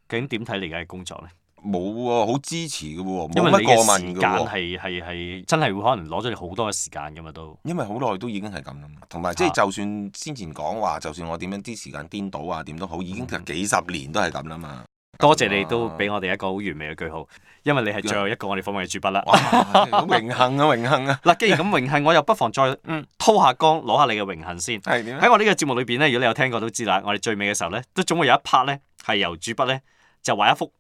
S2: 究竟點睇你嘅工作咧？
S3: 冇啊喎，好支持嘅喎，
S2: 因為
S3: 冇乜
S2: 你
S3: 過
S2: 嘅時
S3: 問嘅
S2: 間
S3: 喎。
S2: 係係係真係會可能攞咗你好多嘅時間噶嘛都。
S3: 因為好耐都已經係咁啦嘛，同埋即
S2: 啊
S3: 係就算先前講話，就算我點樣啲時間顛倒啊，點都好，已經
S2: 嗯
S3: 係幾十年都係咁 啦嘛。
S2: 多謝你都俾我哋一個好完美嘅句號，因為你係最後一個我哋訪問嘅主筆啦。
S3: 哇，好榮幸啊，榮幸啊，
S2: 嗱，既然咁榮幸，我又不妨再嗯掏下光攞下你嘅榮幸先。
S3: 係點啊
S2: 喺
S3: 咧？
S2: 我呢個節目裏邊咧，如果你有聽過都知啦，我哋最尾嘅時候咧，都總會有一 part 咧係由主筆咧就畫一幅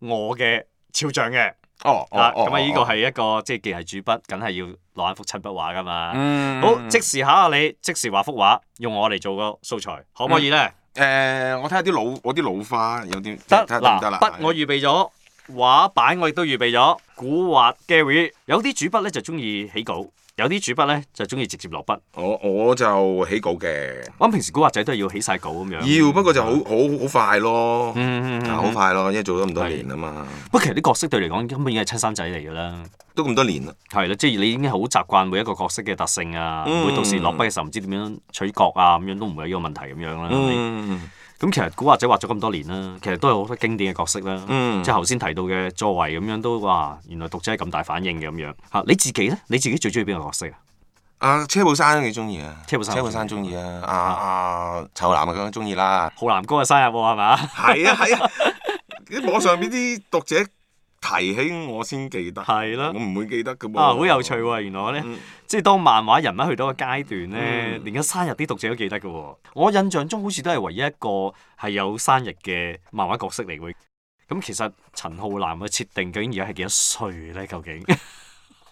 S2: 我嘅肖像嘅。
S3: 哦，哦
S2: 啊，
S3: 哦
S2: 咁啊，呢個
S3: 哦
S2: 係一個即係既係主筆，梗係要攞一幅親筆畫噶嘛。
S3: 嗯
S2: 好，即時考下你，即時畫幅畫，用我嚟做個素材，可唔可以
S3: 嗯
S2: 咧？
S3: 誒，我睇下啲老我啲老花有啲
S2: 得
S3: 睇下得唔得
S2: 嗱，
S3: 啦？
S2: 筆我預備咗，畫板我亦都預備咗。古惑 Gary 有啲主筆咧就中意起稿，有啲主筆咧就中意直接落筆。
S3: 我我就起稿嘅，
S2: 我諗平時古惑仔都係要起晒稿咁樣。
S3: 要不過就好好好快咯，
S2: 嗯嗯
S3: 啊
S2: 嗯
S3: 好快咯，因為做咗咁多年啊嘛，
S2: 不過其實啲角色對你嚟講根本已經係親生仔嚟㗎啦。
S3: 都咁多年啦，
S2: 係啦，即係你已經係好習慣每一個角色嘅特性啊，
S3: 嗯
S2: 唔會到時落筆嘅時候唔知點樣取角啊，咁樣都唔會有呢個問題咁樣啦。係咪
S3: 嗯
S2: 咁其實古惑仔畫咗咁多年啦，其實都有好多經典嘅角色啦，
S3: 嗯
S2: 即係頭先提到嘅作為咁樣都哇，原來讀者係咁大反應嘅咁樣嚇。你自己咧，你自己最中意邊個角色啊？
S3: 啊車步山幾中意啊，
S2: 車步山
S3: 中意啊，啊啊臭男啊梗係中 意啦，
S2: 浩南哥嘅生日喎係嘛？
S3: 係啊係啊，啲網上邊啲讀者提起我先記得，
S2: 係啦
S3: 我唔會記得嘅噃，
S2: 啊，好有趣喎！原來咧，
S3: 嗯
S2: 即係當漫畫人物去到一個階段咧，連緊生日啲讀者都記得嘅喎。我印象中好似都係唯一一個係有生日嘅漫畫角色嚟嘅。咁其實陳浩南嘅設定究竟而家係幾多歲咧？究竟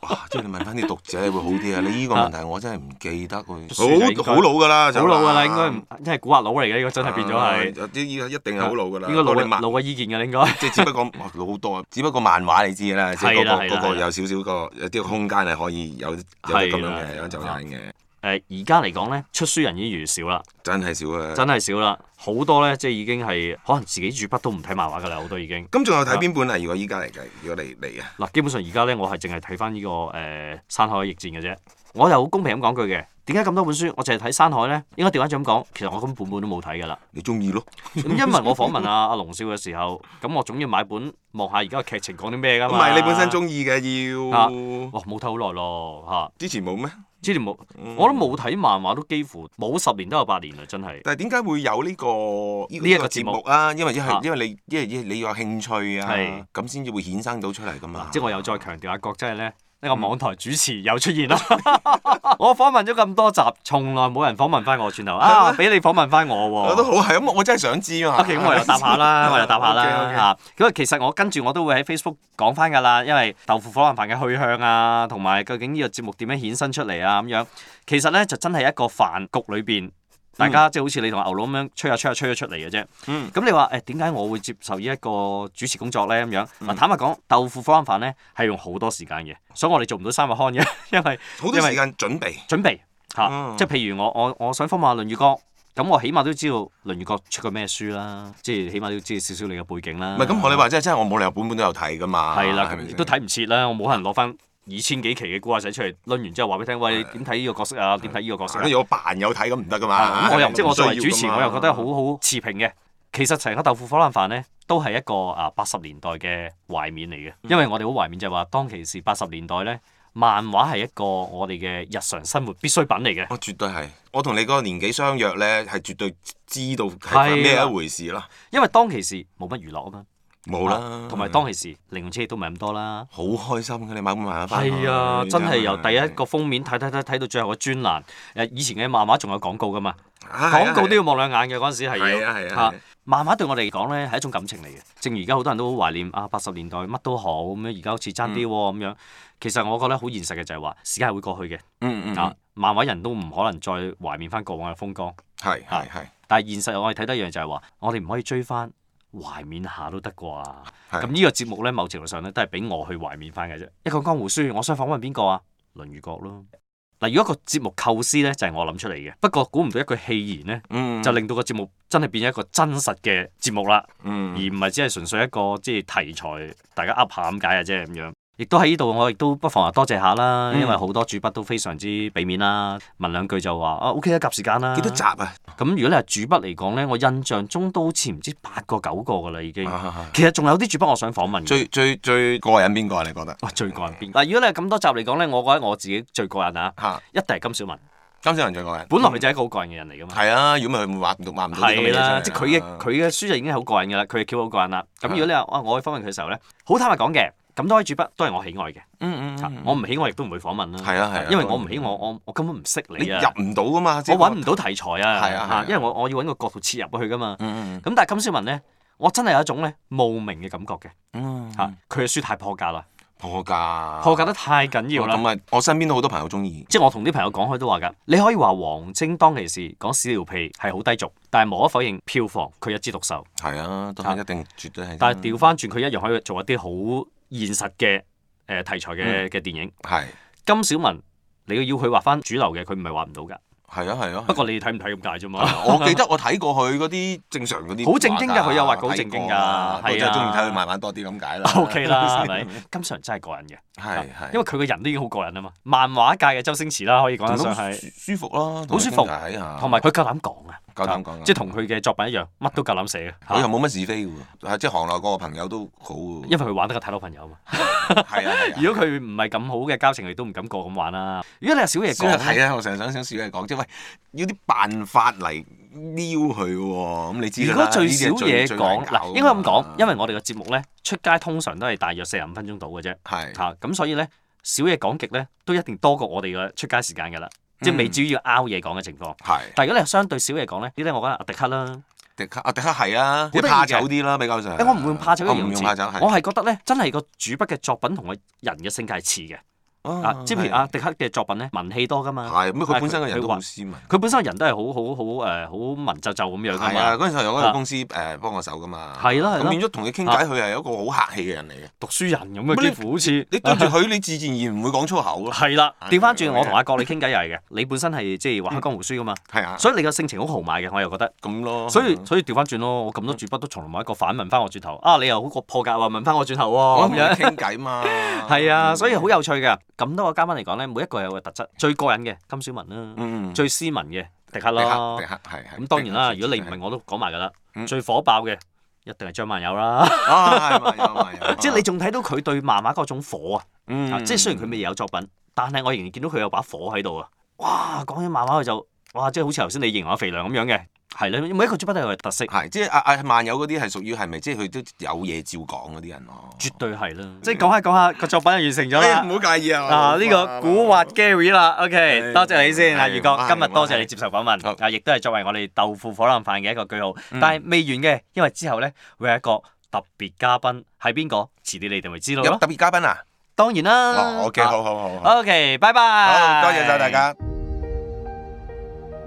S3: 哇！即係你問翻啲讀者會好啲啊！你呢個問題我真係唔記得
S2: 算係應該
S3: 喎，好好老㗎啦，就
S2: 好老㗎啦，應該唔，因為古惑佬嚟嘅呢個真係變咗係，
S3: 啊啲依家一定係好老㗎啦，
S2: 應該老
S3: 我哋
S2: 嘅
S3: 漫
S2: 老嘅意見嘅應該。
S3: 即係只不過哇老好多啊，只不過漫畫你知㗎啦，即係
S2: 係啦
S3: 嗰個
S2: 係啦
S3: 嗰個
S2: 係啦
S3: 有少少個有啲空間係可以有有得咁
S2: 係
S3: 樣
S2: 啦啊
S3: 嘅，有得走眼嘅，
S2: 誒而家嚟講咧，出書人已經越嚟越少啦，
S3: 真係少啊！
S2: 真係少啦，好多咧即係已經係可能自己主筆都唔睇漫畫㗎啦，好多已經。
S3: 咁仲有睇邊本啊？如果依家嚟計，如果你嚟啊，
S2: 嗱，基本上而家咧，我係淨係睇翻呢個誒、呃山海逆戰》嘅啫。我又好公平咁講句嘅，點解咁多本書我淨係睇《山海》咧？應該調翻轉咁講，其實我根本本都冇睇㗎啦。
S3: 你中意咯？
S2: 咁 因為我訪問阿阿龍少嘅時候，咁我總要買本望下而家嘅劇情講啲咩㗎
S3: 唔
S2: 嘛。
S3: 係你本身中意嘅
S2: 啊
S3: 要，
S2: 哇，冇睇好耐咯嚇，
S3: 之前冇咩？嗯
S2: 之前冇，我都冇睇漫畫，都幾乎冇十年都有八年啦，真係。
S3: 但係點解會有呢、個呢
S2: 呢一個
S3: 個
S2: 節
S3: 節
S2: 目
S3: 目啊？因為因
S2: 啊
S3: 為因為你因為因為你有興趣
S2: 係啊
S3: 啊，咁先至會衍生到出嚟噶嘛
S2: 嗱，。即係我又再強調下，郭真係咧呢
S3: 嗯
S2: 個網台主持又出現 啦。我訪問咗咁多集，從來冇人訪問翻我轉頭 啊，俾你訪問翻我
S3: 我都
S2: 喎。
S3: 好係咁，我真係想知啊嘛。
S2: OK，咁我又答下啦，我又答下
S3: OK，OK
S2: 啦嚇。咁啊，其實我跟住我都會喺 Facebook 講翻㗎啦，因為豆腐火腩飯嘅去向啊，同埋究竟呢個節目點樣衍生出嚟啊咁樣。其實咧就真係一個飯局裏邊。大家即係好似你同牛佬咁樣吹下吹下吹咗出嚟嘅啫。咁、
S3: 嗯
S2: 你話誒點解我會接受呢一個主持工作咧？咁樣
S3: 嗯
S2: 嗱，坦白講，豆腐火腩飯咧係用好多時間嘅，所以我哋做唔到三日刊嘅， 因為
S3: 好
S2: 因
S3: 多
S2: 為
S3: 時間準備。
S2: 準備嚇，
S3: 嗯
S2: 即係譬如我我我想訪問下《論語歌》，咁我起碼都知道《論語歌》出過咩書啦，即係起碼都知道少少你嘅背景啦。
S3: 唔係咁，我你話真係真係我冇理由本本都有睇噶嘛。
S2: 啊係啦，
S3: 咪
S2: 咁
S3: 先
S2: 都睇唔切啦，我冇可能攞翻二千幾期嘅古惑仔出嚟攆完之後話俾你聽，喂，你點睇呢個角色啊？點睇呢個角色啊
S3: 咁如果扮有睇咁唔得噶
S2: 啊
S3: 嘛。
S2: 咁我 又
S3: 唔
S2: 即係我作為
S3: 需要
S2: 主持，
S3: 㗎嘛
S2: 我又覺得好好持平嘅。其實成個豆腐火腩飯咧，都係一個啊八十年代嘅懷緬嚟嘅，
S3: 嗯
S2: 因為我哋好懷緬就係話當其時八十年代咧，漫畫係一個我哋嘅日常生活必需品嚟嘅。
S3: 我哦絕對係，我同你嗰個年紀相若咧，係絕對知道係
S2: 係
S3: 咩
S2: 啦啊
S3: 一回事啦。
S2: 因為當其時冇乜娛樂啊嘛，
S3: 冇啦，
S2: 同埋當其時零用車亦都唔係咁多啦。
S3: 好開心嘅，你買本漫畫翻去。
S2: 係啊，真係由第一
S3: 個
S2: 個封面睇睇睇睇到最後嘅專欄。誒，以前嘅漫畫仲有廣告噶嘛，
S3: 廣
S2: 廣告都要望兩眼嘅嗰陣時係要
S3: 啊係啊係啊係啊
S2: 嚇漫畫對我哋嚟講咧係一種感情嚟嘅。正如而家好多人都好懷念啊，八十年代乜都好咁樣，而家好似爭啲
S3: 嗯
S2: 喎咁樣。其實我覺得好現實嘅就係話時間係會過去嘅
S3: 嗯嗯
S2: 啊
S3: 嗯，，
S2: 漫畫人都唔可能再懷緬翻過往嘅風光。
S3: 係係係。
S2: 但係現實我哋睇得一樣就係話，我哋唔可以追翻懷緬下都得啩。
S3: 係
S2: 咁呢個節目咧，某程度上咧都係俾我去懷緬翻嘅啫。一個江湖書，我想訪問邊個啊？論語閣咯。嗱，如果個節目構思咧就係、我諗出嚟嘅，不過估唔到一句戲言咧，
S3: 嗯
S2: 就令到個節目真係變咗一個真實嘅節目啦，而
S3: 嗯
S2: 唔係只係純粹一個即係題材大家噏下咁解嘅啫咁樣。亦都喺呢度，我亦都不妨話多謝下啦，
S3: 嗯
S2: 因為好多主筆都非常之俾面啦，問兩句就話啊 OK 啊，夾時間啦。
S3: 幾多集啊？
S2: 咁如果你係主筆嚟講咧，我印象中都好似唔知八個九個噶啦已經。
S3: 啊啊啊
S2: 其實仲有啲主筆我想訪問嘅。
S3: 最最最過癮邊個啊？你覺得？
S2: 哇最過癮邊？嗱，如果你係咁多集嚟講咧，我覺得我自己最過癮啊，
S3: 嚇，
S2: 一定係金小文。
S3: 金小人最過癮。
S2: 本來佢就係一個好過癮嘅人嚟噶嘛。
S3: 係啊，如嗯果唔係佢畫唔到畫唔到
S2: 係
S3: 啲咁嘅嘢出嚟
S2: 啦，
S3: 啊嗯
S2: 即係佢嘅佢嘅書就已經係好過癮噶啦，佢嘅 Q 好過癮啦。咁如果你話啊，我去訪問佢嘅時候咧，好坦白講嘅，咁多位主筆都係我喜愛嘅。
S3: 嗯嗯
S2: 嚇
S3: 嗯，
S2: 我唔喜愛亦都唔會訪問啦。
S3: 係啊係啊
S2: 因啊為我唔喜愛，我我根本唔識
S3: 你
S2: 你啊。
S3: 入唔到噶嘛？即
S2: 我
S3: 係
S2: 揾唔到題材啊，
S3: 係啊係
S2: 嚇
S3: 啊
S2: 因為我我要揾個角度切入去噶嘛。
S3: 嗯嗯
S2: 咁但係金小文咧，我真係有一種咧慕名嘅感覺嘅
S3: 嗯
S2: 嚇，佢嘅書太破格啦，
S3: 破價
S2: 破格得太緊要啦。
S3: 咁啊！我身邊都好多朋友中意。
S2: 即係我同啲朋友講開都話㗎，你可以話王晶當其時講屎尿屁係好低俗，但係無可否認票房佢一枝獨秀。
S3: 係啊，都
S2: 啊
S3: 係一定絕對係。
S2: 但係調翻轉佢一樣可以做一啲好現實嘅誒、呃題材嘅
S3: 嗯
S2: 嘅電影。
S3: 係
S2: 金小文你要佢畫翻主流嘅，佢唔係畫唔到㗎。
S3: 係啊係啊。
S2: 不過你睇唔睇咁解啫嘛。
S3: 我記得我睇過佢嗰啲正常嗰啲，
S2: 好正經㗎佢有畫過好正經㗎
S3: 睇過啊
S2: 係啊
S3: 我真係中意睇佢慢慢多啲咁解啦。啊
S2: O K 啦，係 咪？金小文真係過癮嘅，
S3: 係啊係，
S2: 因為佢個人都已經好過癮啊嘛。漫畫界嘅周星馳啦，可以講得上係，
S3: 舒舒服咯，
S2: 好舒服
S3: 睇下，
S2: 同埋佢夠膽講啊，
S3: 夠膽講啊
S2: 即係同佢嘅作品一樣，乜都夠膽寫嘅。
S3: 佢又冇乜是非嘅喎，啊即係行內個朋友都好喎。
S2: 因為佢玩得過太多朋友啊嘛。
S3: 係啊係啊。
S2: 如果佢唔係咁好嘅交情，佢都唔敢過咁玩啦。如果你係小爺
S3: 小日
S2: 講
S3: 係
S2: 咧，
S3: 啊，我成日想想小日講，即係喂，要啲辦法嚟撩佢喎。咁你知
S2: 如
S3: 㗎啦
S2: 果最
S3: 呢
S2: 小
S3: 啲係
S2: 嘢
S3: 最
S2: 講，
S3: 難搞
S2: 嗱
S3: 㗎
S2: 應該咁講
S3: 嘛，
S2: 因為我哋嘅節目咧出街通常都係大約四十五分鐘到嘅啫，
S3: 係
S2: 嚇咁所以咧小嘢講極咧都一定多過我哋嘅出街時間㗎啦，即係未至於要拗嘢講嘅情況。
S3: 係
S2: 但係如果你係相對小嘢講咧，呢啲我覺得阿迪克啦，
S3: 迪克啊，迪克係啊，
S2: 好
S3: 即
S2: 得意
S3: 係怕
S2: 嘅
S3: 醜啲啦，比較上。
S2: 誒我唔會用怕醜哦
S3: 我
S2: 嘅
S3: 唔
S2: 形容
S3: 用
S2: 詞
S3: 怕醜，係
S2: 我係覺得咧真係個主筆嘅作品同個人嘅性格係似嘅，啊，知唔知
S3: 係
S2: 啊？迪克嘅作品咧，文氣多噶嘛。
S3: 係咁佢本身個
S2: 啊
S3: 人都
S2: 佢
S3: 好
S2: 畫
S3: 斯文。
S2: 佢本身個人都係好好好誒，好文就就咁樣噶
S3: 係啊，
S2: 嘛。
S3: 嗰陣時候有嗰
S2: 啊
S3: 間公司誒幫我手噶嘛。
S2: 係啦係啊
S3: 咁
S2: 啦
S3: 變咗同佢傾偈，佢係一個好客氣嘅人嚟嘅。
S2: 讀書人咁
S3: 乜
S2: 嘅，
S3: 你
S2: 幾乎好似啊
S3: 你對住佢，你 自然而然唔會講粗口咯。
S2: 係嗯啦。調翻轉，
S3: 係
S2: 我同阿國你傾偈又係嘅。你本身係即係畫開江湖書噶嘛，
S3: 係啊，
S2: 所以你嘅性情好豪邁嘅，我又覺得。
S3: 咁咯。
S2: 所以所以調翻轉咯，我咁多主筆都從來冇一個反問翻我轉頭。啊，你又好過破格話問翻我轉頭
S3: 我
S2: 喎
S3: 同
S2: 咁
S3: 哦
S2: 樣。
S3: 佢傾偈嘛。 嗯
S2: 係啊，所以好
S3: 有
S2: 有趣嘅。咁多個嘉賓嚟講咧，每一個有個特質，最過癮嘅金小文啦，
S3: 嗯
S2: 最斯文嘅迪克
S3: 地下
S2: 啦
S3: 地。下係係。
S2: 咁當然啦，如果你唔明，我都講埋㗎啦。最火爆嘅一定係張曼友啦，
S3: 啊，係嘛有嘛有嘛
S2: 即係你仲睇到佢對漫畫嗰種火啊！啊
S3: 嗯
S2: 即係雖然佢未有作品，但係我仍然見到佢有把火喺度啊！哇，講起漫畫佢就哇，即係好似頭先你形容阿肥良咁樣嘅，係啦，每一個主筆都有佢嘅特色，
S3: 嗯係即係阿阿萬有嗰啲係屬於係咪即係佢都有嘢照講嗰啲人咯。
S2: 絕對係啦。即係講下講下個作品就完成咗
S3: 哎呀
S2: 啦。
S3: 唔好介意啊！
S2: 啊！呢個古惑 Gary 啦
S3: 係
S2: ，OK，多謝你先，阿
S3: 係
S2: 宇哥，
S3: 唔係
S2: 今日多
S3: 唔係
S2: 謝你接受訪問
S3: 好，嗯
S2: 啊，亦都係作為我哋豆腐火腩飯嘅一個句號。但係未完嘅，因為之後咧會有一個特別嘉賓，係邊個？遲啲你哋咪知道
S3: 有
S2: 咯。
S3: 特別嘉賓啊！
S2: 當然啦。
S3: 哦，OK，好好好好，
S2: OK，拜拜。
S3: 好多謝晒大。家。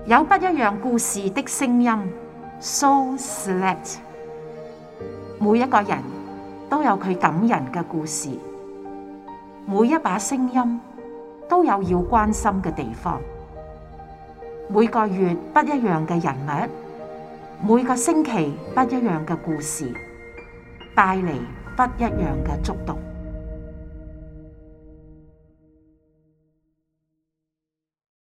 S7: 有不一樣故事的聲音，So Select。每一個人都有佢感人嘅故事，每一把聲音都有要關心嘅地方。每個月不一樣嘅人物，每個星期不一樣嘅故事，帶嚟不一樣嘅觸動。